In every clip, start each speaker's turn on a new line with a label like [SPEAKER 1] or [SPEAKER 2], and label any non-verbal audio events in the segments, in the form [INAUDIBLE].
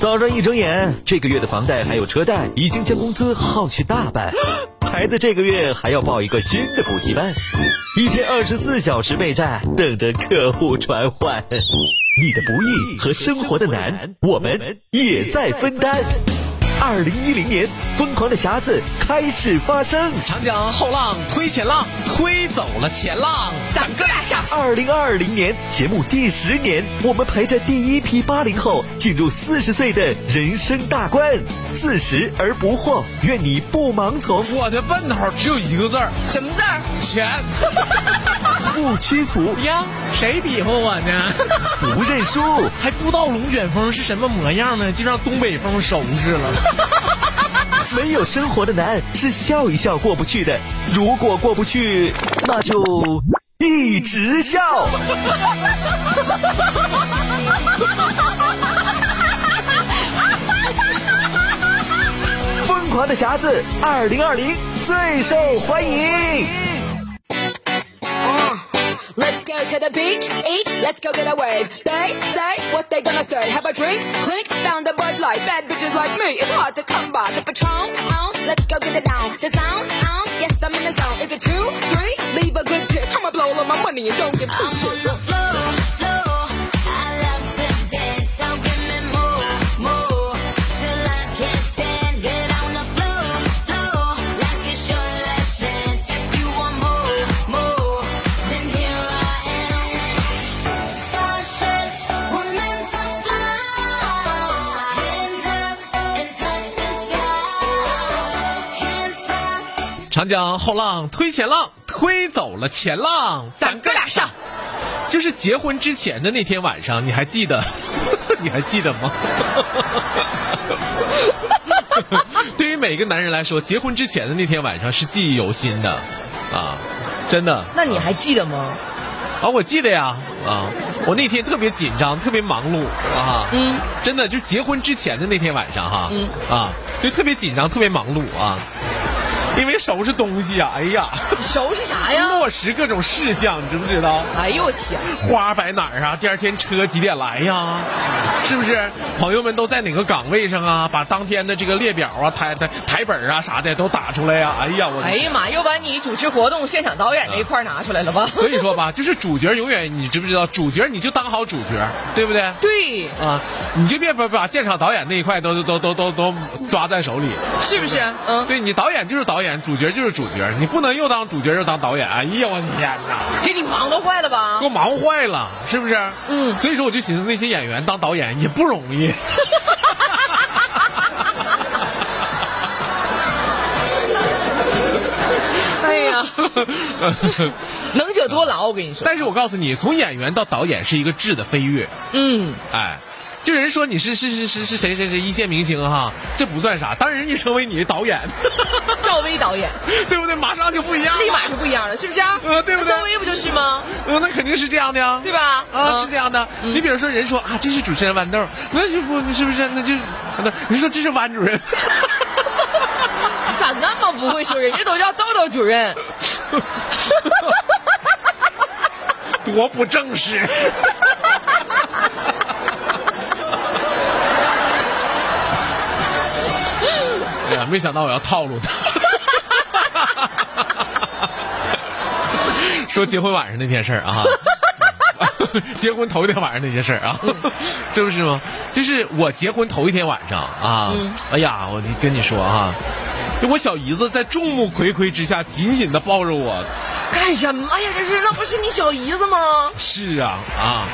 [SPEAKER 1] 早上一睁眼，这个月的房贷还有车贷已经将工资耗去大半，孩子这个月还要报一个新的补习班，一天二十四小时备战，等着客户传唤。你的不易和生活的难，我们也在分担。二零一零年，疯狂的匣子开始发生。
[SPEAKER 2] 长江后浪推前浪，推走了前浪，咱哥俩上。
[SPEAKER 1] 二零二零年节目第十年，我们陪着第一批八零后进入四十岁的人生大关。四十而不惑，愿你不盲从，
[SPEAKER 2] 我的奔头只有一个字儿，
[SPEAKER 3] 什么字儿？
[SPEAKER 2] 钱。
[SPEAKER 1] 不屈服，
[SPEAKER 2] 呀，谁比划我
[SPEAKER 3] [LAUGHS]
[SPEAKER 2] 呢？
[SPEAKER 1] 不认输。
[SPEAKER 2] 还不知道龙卷风是什么模样呢，就让东北风收拾了。
[SPEAKER 1] 没有生活的难是笑一笑过不去的，如果过不去，那就一直笑。疯狂的匣子，二零二零最受欢迎。
[SPEAKER 4] Let's go to the beach, each, let's go get a wave. They say what they gonna say. Have a drink, clink, found a Bud Light. Bad bitches like me, it's hard to come by. The Patron, on, let's go get it down. The sound, on, yes, I'm in the zone. Is it two, three? Leave a good tip. I'ma blow all of my money and don't give
[SPEAKER 3] Um,
[SPEAKER 4] two shits.
[SPEAKER 5] Can't stop.
[SPEAKER 2] 长江后浪推前浪，推走了前浪，
[SPEAKER 3] 咱哥俩上。
[SPEAKER 2] 就是结婚之前的那天晚上，你还记得？ [LAUGHS] 你还记得吗？ [LAUGHS] 对于每个男人来说，结婚之前的那天晚上是记忆犹新的，啊，真的。
[SPEAKER 3] [LAUGHS] 那你还记得吗？
[SPEAKER 2] 啊，我记得呀，啊，我那天特别紧张，特别忙碌啊，嗯，真的就是结婚之前的那天晚上哈，嗯，啊，就特别紧张，特别忙碌啊，因为收拾东西呀、哎呀，
[SPEAKER 3] 熟是啥呀？
[SPEAKER 2] 落实各种事项，你知不知道？
[SPEAKER 3] 哎呦我天！
[SPEAKER 2] 花摆哪儿啊？第二天车几点来呀？是不是？朋友们都在哪个岗位上啊？把当天的这个列表啊、台台台本啊啥的都打出来呀、哎呀，我。
[SPEAKER 3] 哎呀妈，又把你主持活动、现场导演那一块儿拿出来了吧？
[SPEAKER 2] 所以说吧，就是主角永远，你知不知道？主角你就当好主角，对不对？
[SPEAKER 3] 对，
[SPEAKER 2] 啊，你就别把把现场导演那一块都都都都都抓在手里。
[SPEAKER 3] 是不是？嗯，
[SPEAKER 2] 对你导演就是导演，主角就是主角，你不能又当主角又当导演。哎呀，我天哪，
[SPEAKER 3] 给你忙都坏了吧
[SPEAKER 2] 给？我忙坏了，是不是？
[SPEAKER 3] 嗯
[SPEAKER 2] 所以说我就寻思那些演员当导演也不容易。
[SPEAKER 3] 哎
[SPEAKER 2] [LAUGHS]
[SPEAKER 3] 呀，能者多劳，我跟你说。
[SPEAKER 2] 但是我告诉你，从演员到导演是一个质的飞跃。
[SPEAKER 3] 嗯，
[SPEAKER 2] 哎，就人说你是是是是是谁谁谁一线明星哈，这不算啥。当人家成为你的导演， [LAUGHS]
[SPEAKER 3] 赵薇导演
[SPEAKER 2] 对不对？马上就不一样了，
[SPEAKER 3] 立马就不一样了，是不是？啊
[SPEAKER 2] 呃对不对
[SPEAKER 3] 那赵薇不就是吗？
[SPEAKER 2] 嗯，那肯定是这样的呀，
[SPEAKER 3] 对吧
[SPEAKER 2] 啊，
[SPEAKER 3] 嗯
[SPEAKER 2] 是这样的。你比如说，人说啊，这是主持人豌豆，那就不是不是？那就那你说这是豌主任，
[SPEAKER 3] 咋那么不会说？人家都叫豆豆
[SPEAKER 2] [LAUGHS]
[SPEAKER 3] 主任。
[SPEAKER 2] 多不正式。哎呀，没想到我要套路他。说结婚晚上那件事儿啊， [LAUGHS] 结婚头一天晚上那件事儿啊， [LAUGHS] 这不是吗？就是我结婚头一天晚上啊，哎呀，我跟你说啊，就我小姨子在众目睽睽之下紧紧的抱着我，
[SPEAKER 3] 干什么呀？这是那不是你小姨子吗？
[SPEAKER 2] 是啊啊，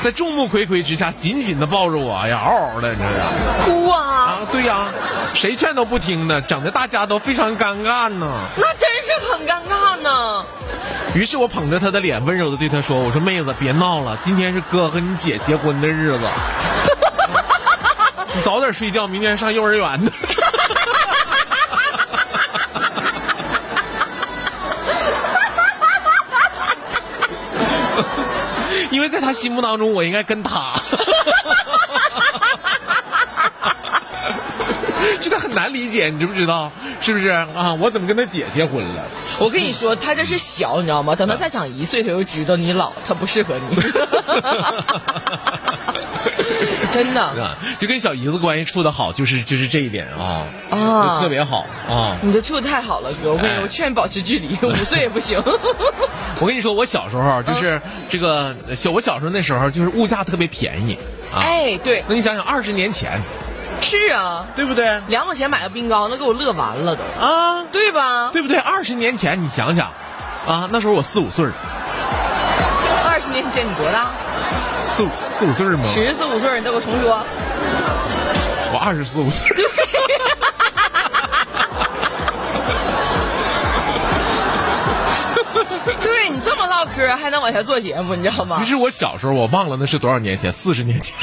[SPEAKER 2] 在众目睽睽之下紧紧的抱着我，哎呀，嗷嗷的，你知道吗？
[SPEAKER 3] 哭啊！
[SPEAKER 2] 啊，对呀、谁劝都不听呢，整的大家都非常尴尬呢。
[SPEAKER 3] 那真是很尴尬呢。
[SPEAKER 2] 于是我捧着她的脸，温柔的对她说：“我说妹子，别闹了，今天是哥和你姐结婚的日子， [LAUGHS] 你早点睡觉，明天上幼儿园呢。 [LAUGHS] 因为在她心目当中，我应该跟她。 [LAUGHS] 就她很难理解，你知不知道？是不是啊？我怎么跟她姐结婚了？
[SPEAKER 3] 我跟你
[SPEAKER 2] 嗯
[SPEAKER 3] 说，他这是小，你知道吗？等他再长
[SPEAKER 2] [LAUGHS]
[SPEAKER 3] 一岁，他就知道你老，他不适合你。
[SPEAKER 2] [LAUGHS]
[SPEAKER 3] 真的
[SPEAKER 2] 啊，就跟小姨子关系处的好，就是就是这一点啊，
[SPEAKER 3] 啊
[SPEAKER 2] 就特别好啊。
[SPEAKER 3] 你这处的太好了，哥，我跟你
[SPEAKER 2] 哎
[SPEAKER 3] 说，我劝你保持距离，五岁也不
[SPEAKER 2] [LAUGHS]
[SPEAKER 3] 行。
[SPEAKER 2] 我跟你说，我小时候啊就是这个小，我小时候那时候就是物价特别便宜啊。
[SPEAKER 3] 哎，对，
[SPEAKER 2] 那你想想，二十年前，
[SPEAKER 3] 是啊，
[SPEAKER 2] 对不对？
[SPEAKER 3] 两块钱买个冰糕，那给我乐完了都，
[SPEAKER 2] 啊，
[SPEAKER 3] 对吧？
[SPEAKER 2] 对不对？二十年前，你想想，啊，那时候我四五岁儿，
[SPEAKER 3] 二十年前你多大？
[SPEAKER 2] 四五四五岁儿吗？
[SPEAKER 3] 十四五岁，你再给我重说。
[SPEAKER 2] 我二十四五岁儿。
[SPEAKER 3] 对你这么唠嗑，还能往下做节目，你知道吗
[SPEAKER 2] 其？实我小时候，我忘了那是多少年前，四十年前。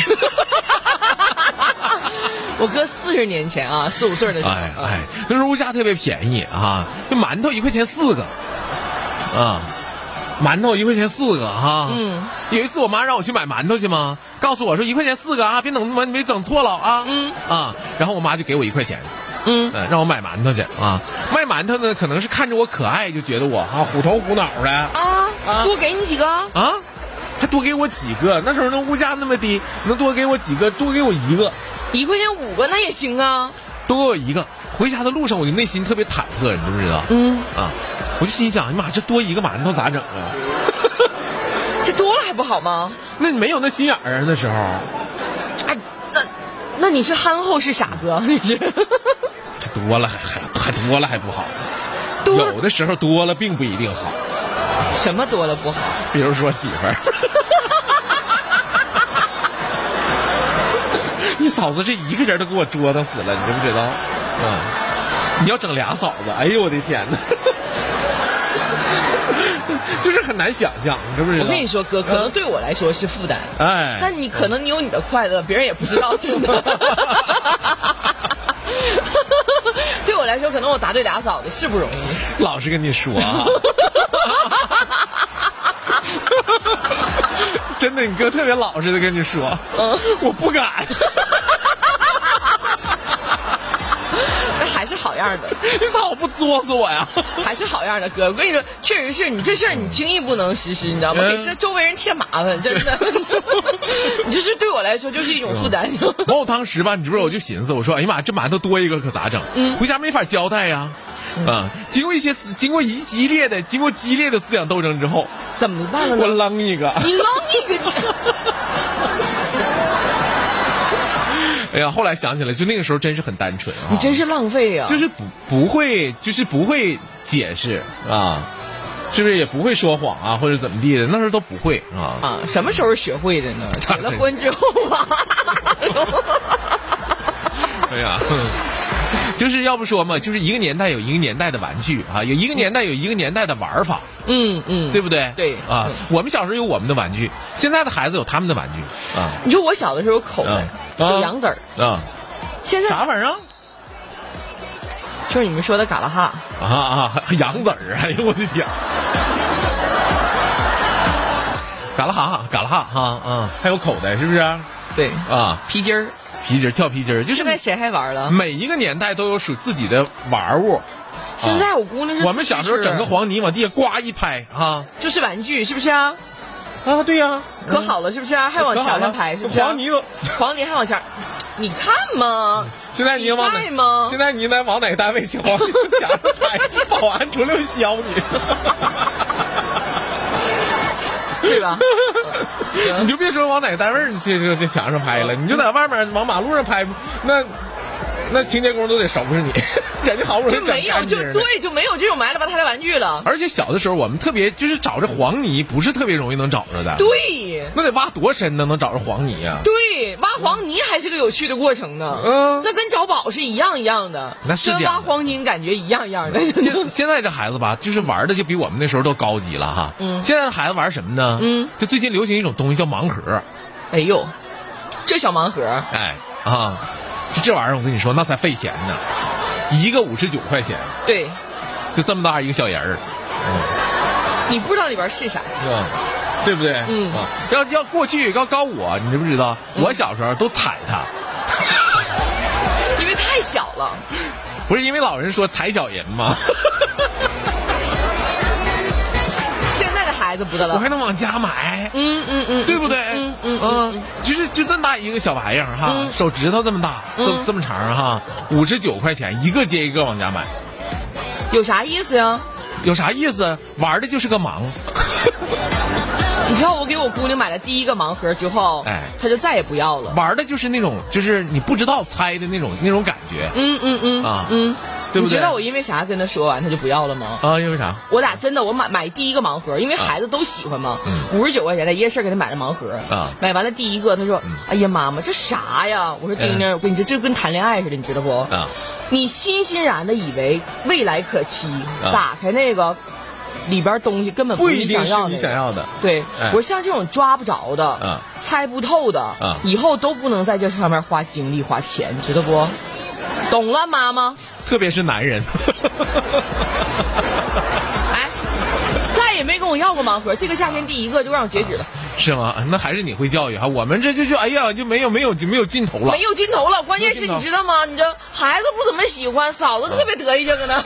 [SPEAKER 3] 我哥四十年前啊，四五岁的时候，
[SPEAKER 2] 哎哎，那时候物价特别便宜啊，那馒头一块钱四个，啊，馒头一块钱四个哈、嗯，有一次我妈让我去买馒头去嘛，告诉我说一块钱四个啊，别整没没整错了啊。嗯啊，然后我妈就给我一块钱。嗯、让我买馒头去啊！卖馒头呢，可能是看着我可爱，就觉得我啊虎头虎脑的
[SPEAKER 3] 啊
[SPEAKER 2] 啊
[SPEAKER 3] 多给你几个，
[SPEAKER 2] 啊，还多给我几个。那时候那物价那么低，能多给我几个，多给我一个。
[SPEAKER 3] 一块钱五个那也行啊。
[SPEAKER 2] 多给我一个。回家的路上，我就内心特别忐忑，你知不知道？嗯啊，我就心想，哎呀妈，这多一个馒头咋整啊？
[SPEAKER 3] 这多了还不好吗？
[SPEAKER 2] 那你没有那心眼儿啊，那时候
[SPEAKER 3] 哎，那那你是憨厚是傻哥？你是
[SPEAKER 2] 还多了还还还多了还不好，
[SPEAKER 3] [LAUGHS] 多了
[SPEAKER 2] 有的时候多了并不一定好，
[SPEAKER 3] 什么多了不好？
[SPEAKER 2] 比如说媳妇儿。 [LAUGHS] 你嫂子这一个人都给我折腾死了，你知不知道？嗯，你要整俩嫂子，哎呦我的天哪， [LAUGHS] 就是很难想象，你知不知道？
[SPEAKER 3] 我跟你说，哥，可能对我来说是负担，
[SPEAKER 2] 哎，
[SPEAKER 3] 但你可能你有你的快乐，别人也不知道，真的。 [LAUGHS] 对我来说，可能我答对俩嫂子是不容易。
[SPEAKER 2] 老实跟你说啊， [LAUGHS] 真的，你哥特别老实的跟你说，
[SPEAKER 3] 嗯
[SPEAKER 2] 我不敢，
[SPEAKER 3] 那还是好样的，
[SPEAKER 2] 你咋我不作死我呀？
[SPEAKER 3] 还是好样的，哥。我跟你说，确实是你这事儿你轻易不能实施，你知道吗？
[SPEAKER 2] 嗯
[SPEAKER 3] 给这周围人添麻烦，真的。 [LAUGHS] 你这是对我来说就是一种负担。
[SPEAKER 2] 完我当时吧，你知不知道？我就寻思，我说，哎呀妈，这馒头多一个可咋整？回家没法交代呀。啊、经过一些，经过一激烈的，经过激烈的思想斗争之后，
[SPEAKER 3] [LAUGHS] 怎么办了
[SPEAKER 2] 我
[SPEAKER 3] 呢？
[SPEAKER 2] 扔一个。 [LAUGHS]
[SPEAKER 3] 你扔一个你。
[SPEAKER 2] 哎呀，后来想起来，就那个时候真是很单纯啊。
[SPEAKER 3] 你真是浪费呀、
[SPEAKER 2] 就是不不会，就是不会解释啊，是不是也不会说谎啊，或者怎么地的？那时候都不会
[SPEAKER 3] [LAUGHS]
[SPEAKER 2] 啊。
[SPEAKER 3] 啊，什么时候学会的呢？结
[SPEAKER 2] 当时
[SPEAKER 3] 了婚之后
[SPEAKER 2] [LAUGHS]
[SPEAKER 3] 啊吧。
[SPEAKER 2] 哎呀，就是要不说嘛，就是一个年代有一个年代的玩具啊，有一个年代有一个年代的玩法，
[SPEAKER 3] 嗯嗯，
[SPEAKER 2] 对不对？
[SPEAKER 3] 对
[SPEAKER 2] 啊，我们小时候有我们的玩具，现在的孩子有他们的玩具啊
[SPEAKER 3] 你说我小的时候有口
[SPEAKER 2] 啊
[SPEAKER 3] 袋，有杨子儿，
[SPEAKER 2] 啊，
[SPEAKER 3] 现在
[SPEAKER 2] 啥玩意儿啊？
[SPEAKER 3] 就是你们说的嘎啦哈，
[SPEAKER 2] 啊啊，杨子儿！哎呦我的天！嘎啦哈，嘎啦哈哈啊！还有口袋是不是啊？
[SPEAKER 3] 对，皮筋儿。
[SPEAKER 2] 皮筋儿跳皮筋儿，就
[SPEAKER 3] 现在
[SPEAKER 2] 是嗯
[SPEAKER 3] 谁还玩了？
[SPEAKER 2] 每一个年代都有属自己的玩物。啊
[SPEAKER 3] 现在我姑娘是
[SPEAKER 2] 我们小时候整个
[SPEAKER 3] 黄
[SPEAKER 2] 黄泥往地下呱一拍啊
[SPEAKER 3] 就是玩具，是不是啊？
[SPEAKER 2] 啊，对呀、
[SPEAKER 3] 可好了，是不是啊？还往
[SPEAKER 2] 可好
[SPEAKER 3] 墙上
[SPEAKER 2] 了
[SPEAKER 3] 拍，是不是啊？
[SPEAKER 2] 黄泥嗯都，
[SPEAKER 3] 黄泥还
[SPEAKER 2] [LAUGHS]
[SPEAKER 3] 往墙，你看嘛，
[SPEAKER 2] 现在你
[SPEAKER 3] 比
[SPEAKER 2] 往哪
[SPEAKER 3] 赛吗
[SPEAKER 2] 现在你应该往哪个单位去 [LAUGHS] 黄泥墙上拍？保安出来削你，[LAUGHS]
[SPEAKER 3] 对吧？
[SPEAKER 2] 你就别说往哪个单位去这这墙上拍了，你就在外面往马路上拍，那那清洁工都得收拾你， [LAUGHS] 人家好不容易
[SPEAKER 3] 就
[SPEAKER 2] 整
[SPEAKER 3] 没有，
[SPEAKER 2] 干
[SPEAKER 3] 就
[SPEAKER 2] 净了
[SPEAKER 3] 对，就没有这种埋了吧嗒的玩具了。
[SPEAKER 2] 而且小的时候我们特别就是找着黄泥不是特别容易能找着的，
[SPEAKER 3] 对。
[SPEAKER 2] 那得挖多深呢？能找着黄泥啊呀、
[SPEAKER 3] 对，挖黄泥还是个有趣的过程呢。
[SPEAKER 2] 嗯
[SPEAKER 3] 那跟找宝是一样一样的，
[SPEAKER 2] 那是这
[SPEAKER 3] 跟
[SPEAKER 2] 样的
[SPEAKER 3] 挖黄金感觉一样一样的。
[SPEAKER 2] 现现在这孩子吧，就是玩的就比我们那时候都高级了哈。嗯，现在的孩子玩什么呢？
[SPEAKER 3] 嗯，
[SPEAKER 2] 就最近流行一种东西叫盲盒，
[SPEAKER 3] [LAUGHS] 哎呦，这小盲盒，
[SPEAKER 2] 哎啊，就这玩意儿我跟你说，那才费钱呢，一个五十九块钱，
[SPEAKER 3] 对
[SPEAKER 2] 就这么大一个小人儿，
[SPEAKER 3] 你不知道里边是啥，
[SPEAKER 2] 嗯，对不对？
[SPEAKER 3] 嗯
[SPEAKER 2] 啊，要要过去要高我，你知不知道？我小时候都踩它，
[SPEAKER 3] 因为太小了。
[SPEAKER 2] 不是因为老
[SPEAKER 3] 嗯
[SPEAKER 2] 人说踩小人吗？
[SPEAKER 3] 现在的孩孩子不得
[SPEAKER 2] 我
[SPEAKER 3] 了
[SPEAKER 2] 还。能往家买，
[SPEAKER 3] 嗯嗯嗯，
[SPEAKER 2] 对不对？
[SPEAKER 3] 嗯嗯
[SPEAKER 2] 嗯，就是就这么大一个小玩意儿哈，手指头这么大，
[SPEAKER 3] 嗯
[SPEAKER 2] 这这么长哈，五十九块钱一个接一个往家买，
[SPEAKER 3] 有啥意思呀？
[SPEAKER 2] 有啥意思？玩的就是个忙。
[SPEAKER 3] 你知道我给我姑娘买了第一个盲盒之后，
[SPEAKER 2] 哎
[SPEAKER 3] 她就再也不要了。
[SPEAKER 2] 玩的就是那种，就是你不知道猜的那种那种感觉
[SPEAKER 3] 嗯嗯嗯
[SPEAKER 2] 啊
[SPEAKER 3] 嗯，
[SPEAKER 2] 对不对
[SPEAKER 3] 你知道我因为啥跟她说完她就不要了吗？
[SPEAKER 2] 啊，因为啥？
[SPEAKER 3] 我俩真的，我买买第一个盲盒，因
[SPEAKER 2] 啊
[SPEAKER 3] 为孩子都喜欢嘛，五十九块钱在夜市给他买了盲盒，
[SPEAKER 2] 嗯啊嗯
[SPEAKER 3] 买完了第一个，他说：“哎呀妈妈，这啥呀？”我说：“丁丁，我跟你这这跟谈恋爱似的，你知道不？
[SPEAKER 2] 啊
[SPEAKER 3] 你欣欣然的以为未来可期，打开那个里边东西根本
[SPEAKER 2] 啊不
[SPEAKER 3] 是
[SPEAKER 2] 一
[SPEAKER 3] 你
[SPEAKER 2] 定
[SPEAKER 3] 想
[SPEAKER 2] 是
[SPEAKER 3] 要的
[SPEAKER 2] 你。想要的。
[SPEAKER 3] 对，
[SPEAKER 2] 哎
[SPEAKER 3] 我说像这种抓不着的、
[SPEAKER 2] 啊
[SPEAKER 3] 猜不透的、
[SPEAKER 2] 啊
[SPEAKER 3] 以后都不能在这上面花精力、花钱，知道不？懂了，妈妈。
[SPEAKER 2] 特别是男人， [LAUGHS]
[SPEAKER 3] 哎，再也没跟我要过盲盒，这个夏天第一个就让我截止了，
[SPEAKER 2] 是吗？那还是你会教育哈，我们这就就哎呀，就没有没有就没有尽头了
[SPEAKER 3] 没。有尽头了。关键
[SPEAKER 2] 没
[SPEAKER 3] 是
[SPEAKER 2] 有尽头
[SPEAKER 3] 你知道吗？你这孩子不怎么喜欢，嫂子特别得意这个
[SPEAKER 2] [LAUGHS]
[SPEAKER 3] 呢。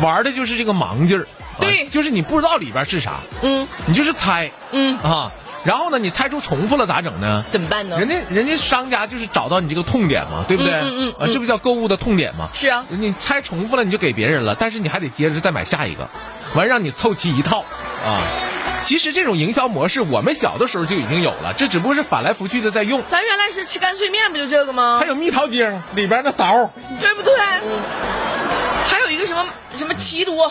[SPEAKER 2] 玩的就是这个忙劲儿，啊
[SPEAKER 3] 对
[SPEAKER 2] 就是你不知道里边是啥，
[SPEAKER 3] 嗯
[SPEAKER 2] 你就是猜
[SPEAKER 3] 嗯，
[SPEAKER 2] 啊。然后呢，你猜出重复了咋整呢？
[SPEAKER 3] 怎么办呢
[SPEAKER 2] 人？家人家商家就是找到你这个痛点嘛，对不对？
[SPEAKER 3] 嗯嗯嗯
[SPEAKER 2] 啊，这不叫购物的痛点嘛？
[SPEAKER 3] 是啊
[SPEAKER 2] 你猜重复了你就给别人了，但是你还得接着再买下一个，完让你凑齐一套啊。其实这种营销模式，我们小的时候就已经有了，这只不过是反来覆去的在用。
[SPEAKER 3] 咱原来是吃干脆面不就这个吗
[SPEAKER 2] 还？有蜜桃精里边的勺，
[SPEAKER 3] 对不对？还有一个什么什么奇多，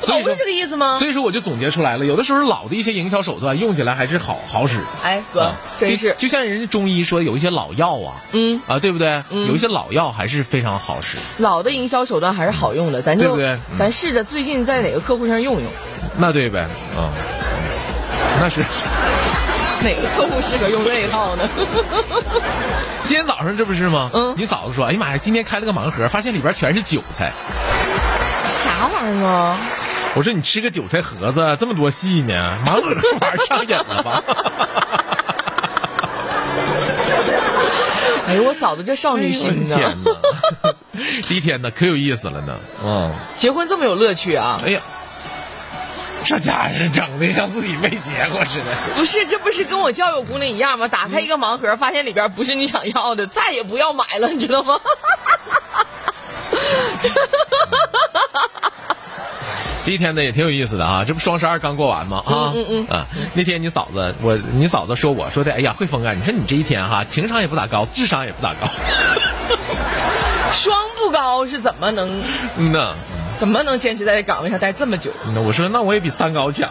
[SPEAKER 3] 不
[SPEAKER 2] 所
[SPEAKER 3] 都
[SPEAKER 2] 以说
[SPEAKER 3] 是这个意思吗？
[SPEAKER 2] 所以说我就总结出来了，有的时候老的一些营销手段用起来还是好好使。
[SPEAKER 3] 哎，哥
[SPEAKER 2] 啊，
[SPEAKER 3] 真，
[SPEAKER 2] 就是就像人家中医说，有一些老药啊，
[SPEAKER 3] 嗯
[SPEAKER 2] 啊，对不对？
[SPEAKER 3] 嗯
[SPEAKER 2] 有一些老药还是非常好使。
[SPEAKER 3] 老的营销手段还是好用的，咱
[SPEAKER 2] 对不
[SPEAKER 3] 就
[SPEAKER 2] 对嗯
[SPEAKER 3] 咱试着最近在哪个客户上用用，
[SPEAKER 2] 那对呗，啊、那是。 [LAUGHS]
[SPEAKER 3] 哪个客户适合用这一套呢？
[SPEAKER 2] 今天早上这不是吗？
[SPEAKER 3] 嗯
[SPEAKER 2] 你嫂子说，哎呀妈呀，今天开了个盲盒，发现里边全是韭菜。
[SPEAKER 3] 啥玩意儿啊？
[SPEAKER 2] 我说你吃个韭菜盒子，这么多戏呢，盲盒玩上啊瘾了吧？ [LAUGHS]
[SPEAKER 3] 哎呦，我嫂子这少女心
[SPEAKER 2] 哎天 [LAUGHS]
[SPEAKER 3] 呐，
[SPEAKER 2] 哪！一天呢，可有意思了呢。嗯，
[SPEAKER 3] 结婚这么有乐趣啊？
[SPEAKER 2] 哎呀，这家是整的像自己没结过似的。
[SPEAKER 3] 不是，这不是跟我交友姑娘一样吗？打开一个盲盒，发现里边不是你想要的，再也不要买了，你知道吗？
[SPEAKER 2] 一天呢也挺有意思的啊，这不双十二刚过完吗？啊，
[SPEAKER 3] 嗯嗯
[SPEAKER 2] 啊，那天你嫂子，我你嫂子说我说的，哎呀，慧峰啊，你说你这一天哈、情商也不咋高，智商也不咋高，
[SPEAKER 3] 双不高是怎么能
[SPEAKER 2] 嗯呐，
[SPEAKER 3] 怎么能坚持在这岗位上待这么久？
[SPEAKER 2] 嗯呐我说那我也比三高强，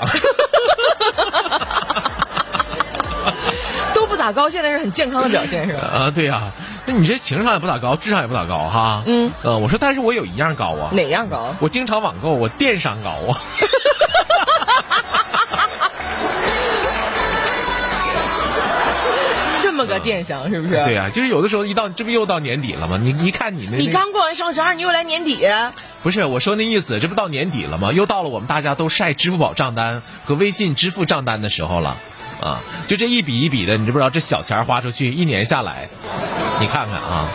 [SPEAKER 3] 都不咋高，现在是很健康的表现，是吧？
[SPEAKER 2] [LAUGHS] 啊，对呀、那你这情商也不咋高，智商也不咋高哈，
[SPEAKER 3] 嗯，
[SPEAKER 2] 呃，我说但是我有一样高啊，
[SPEAKER 3] 哪样高？
[SPEAKER 2] 我经常网购，我电商高啊，
[SPEAKER 3] 这么个电商是不啊是？
[SPEAKER 2] 嗯对呀、就是有的时候一到这不又到年底了吗？你一看你那，
[SPEAKER 3] 你
[SPEAKER 2] 那
[SPEAKER 3] 刚过完双十二，你又来年底，
[SPEAKER 2] 不是我说那意思，这不到年底了吗？又到了我们大家都晒支付宝账单和微信支付账单的时候了，啊，就这一笔一笔的，你知不知道这小钱儿花出去，一年下来，你看看啊，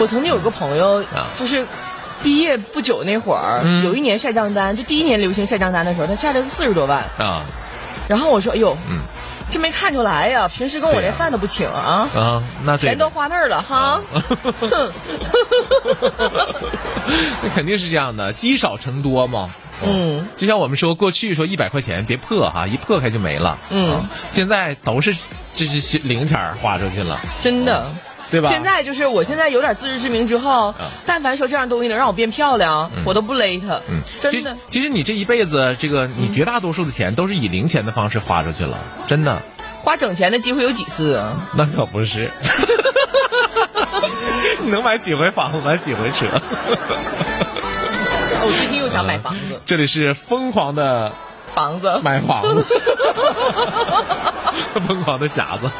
[SPEAKER 3] 我曾经有个朋友
[SPEAKER 2] 啊，
[SPEAKER 3] 就是毕业不久那会儿，
[SPEAKER 2] 嗯
[SPEAKER 3] 有一年晒账单，就第一年流行晒账单的时候，他晒了个四十多万。
[SPEAKER 2] 啊
[SPEAKER 3] 然后我说：“哎呦，
[SPEAKER 2] 嗯
[SPEAKER 3] 这没看出来呀、平时跟我
[SPEAKER 2] 对呀
[SPEAKER 3] 连饭都不请啊，
[SPEAKER 2] 啊，那对哦
[SPEAKER 3] 钱都花那儿了哈。
[SPEAKER 2] 那肯定是这样的，积少成多嘛。
[SPEAKER 3] 嗯，
[SPEAKER 2] 就像我们说过去说一百块钱别破哈，一破开就没了。
[SPEAKER 3] 嗯
[SPEAKER 2] 啊现在都是这是零钱儿花出去了，
[SPEAKER 3] 真的。
[SPEAKER 2] 哦对吧？啊
[SPEAKER 3] 现在就是我现在有点自知之明之后，但凡说这样东西能让我变漂亮，我都不勒他。
[SPEAKER 2] 嗯，
[SPEAKER 3] 真的，嗯
[SPEAKER 2] 其。其实你这一辈子，这个你绝大多数的钱都是以零钱的方式花出去了，真的。
[SPEAKER 3] 花整钱的机会有几次啊？
[SPEAKER 2] 那可不是。 [LAUGHS] 你能买几回房子，买几回车？哦
[SPEAKER 3] 我最近又想买房子，
[SPEAKER 2] 这里是疯狂的
[SPEAKER 3] 啊房子。
[SPEAKER 2] [LAUGHS] 买房子，疯狂的匣子。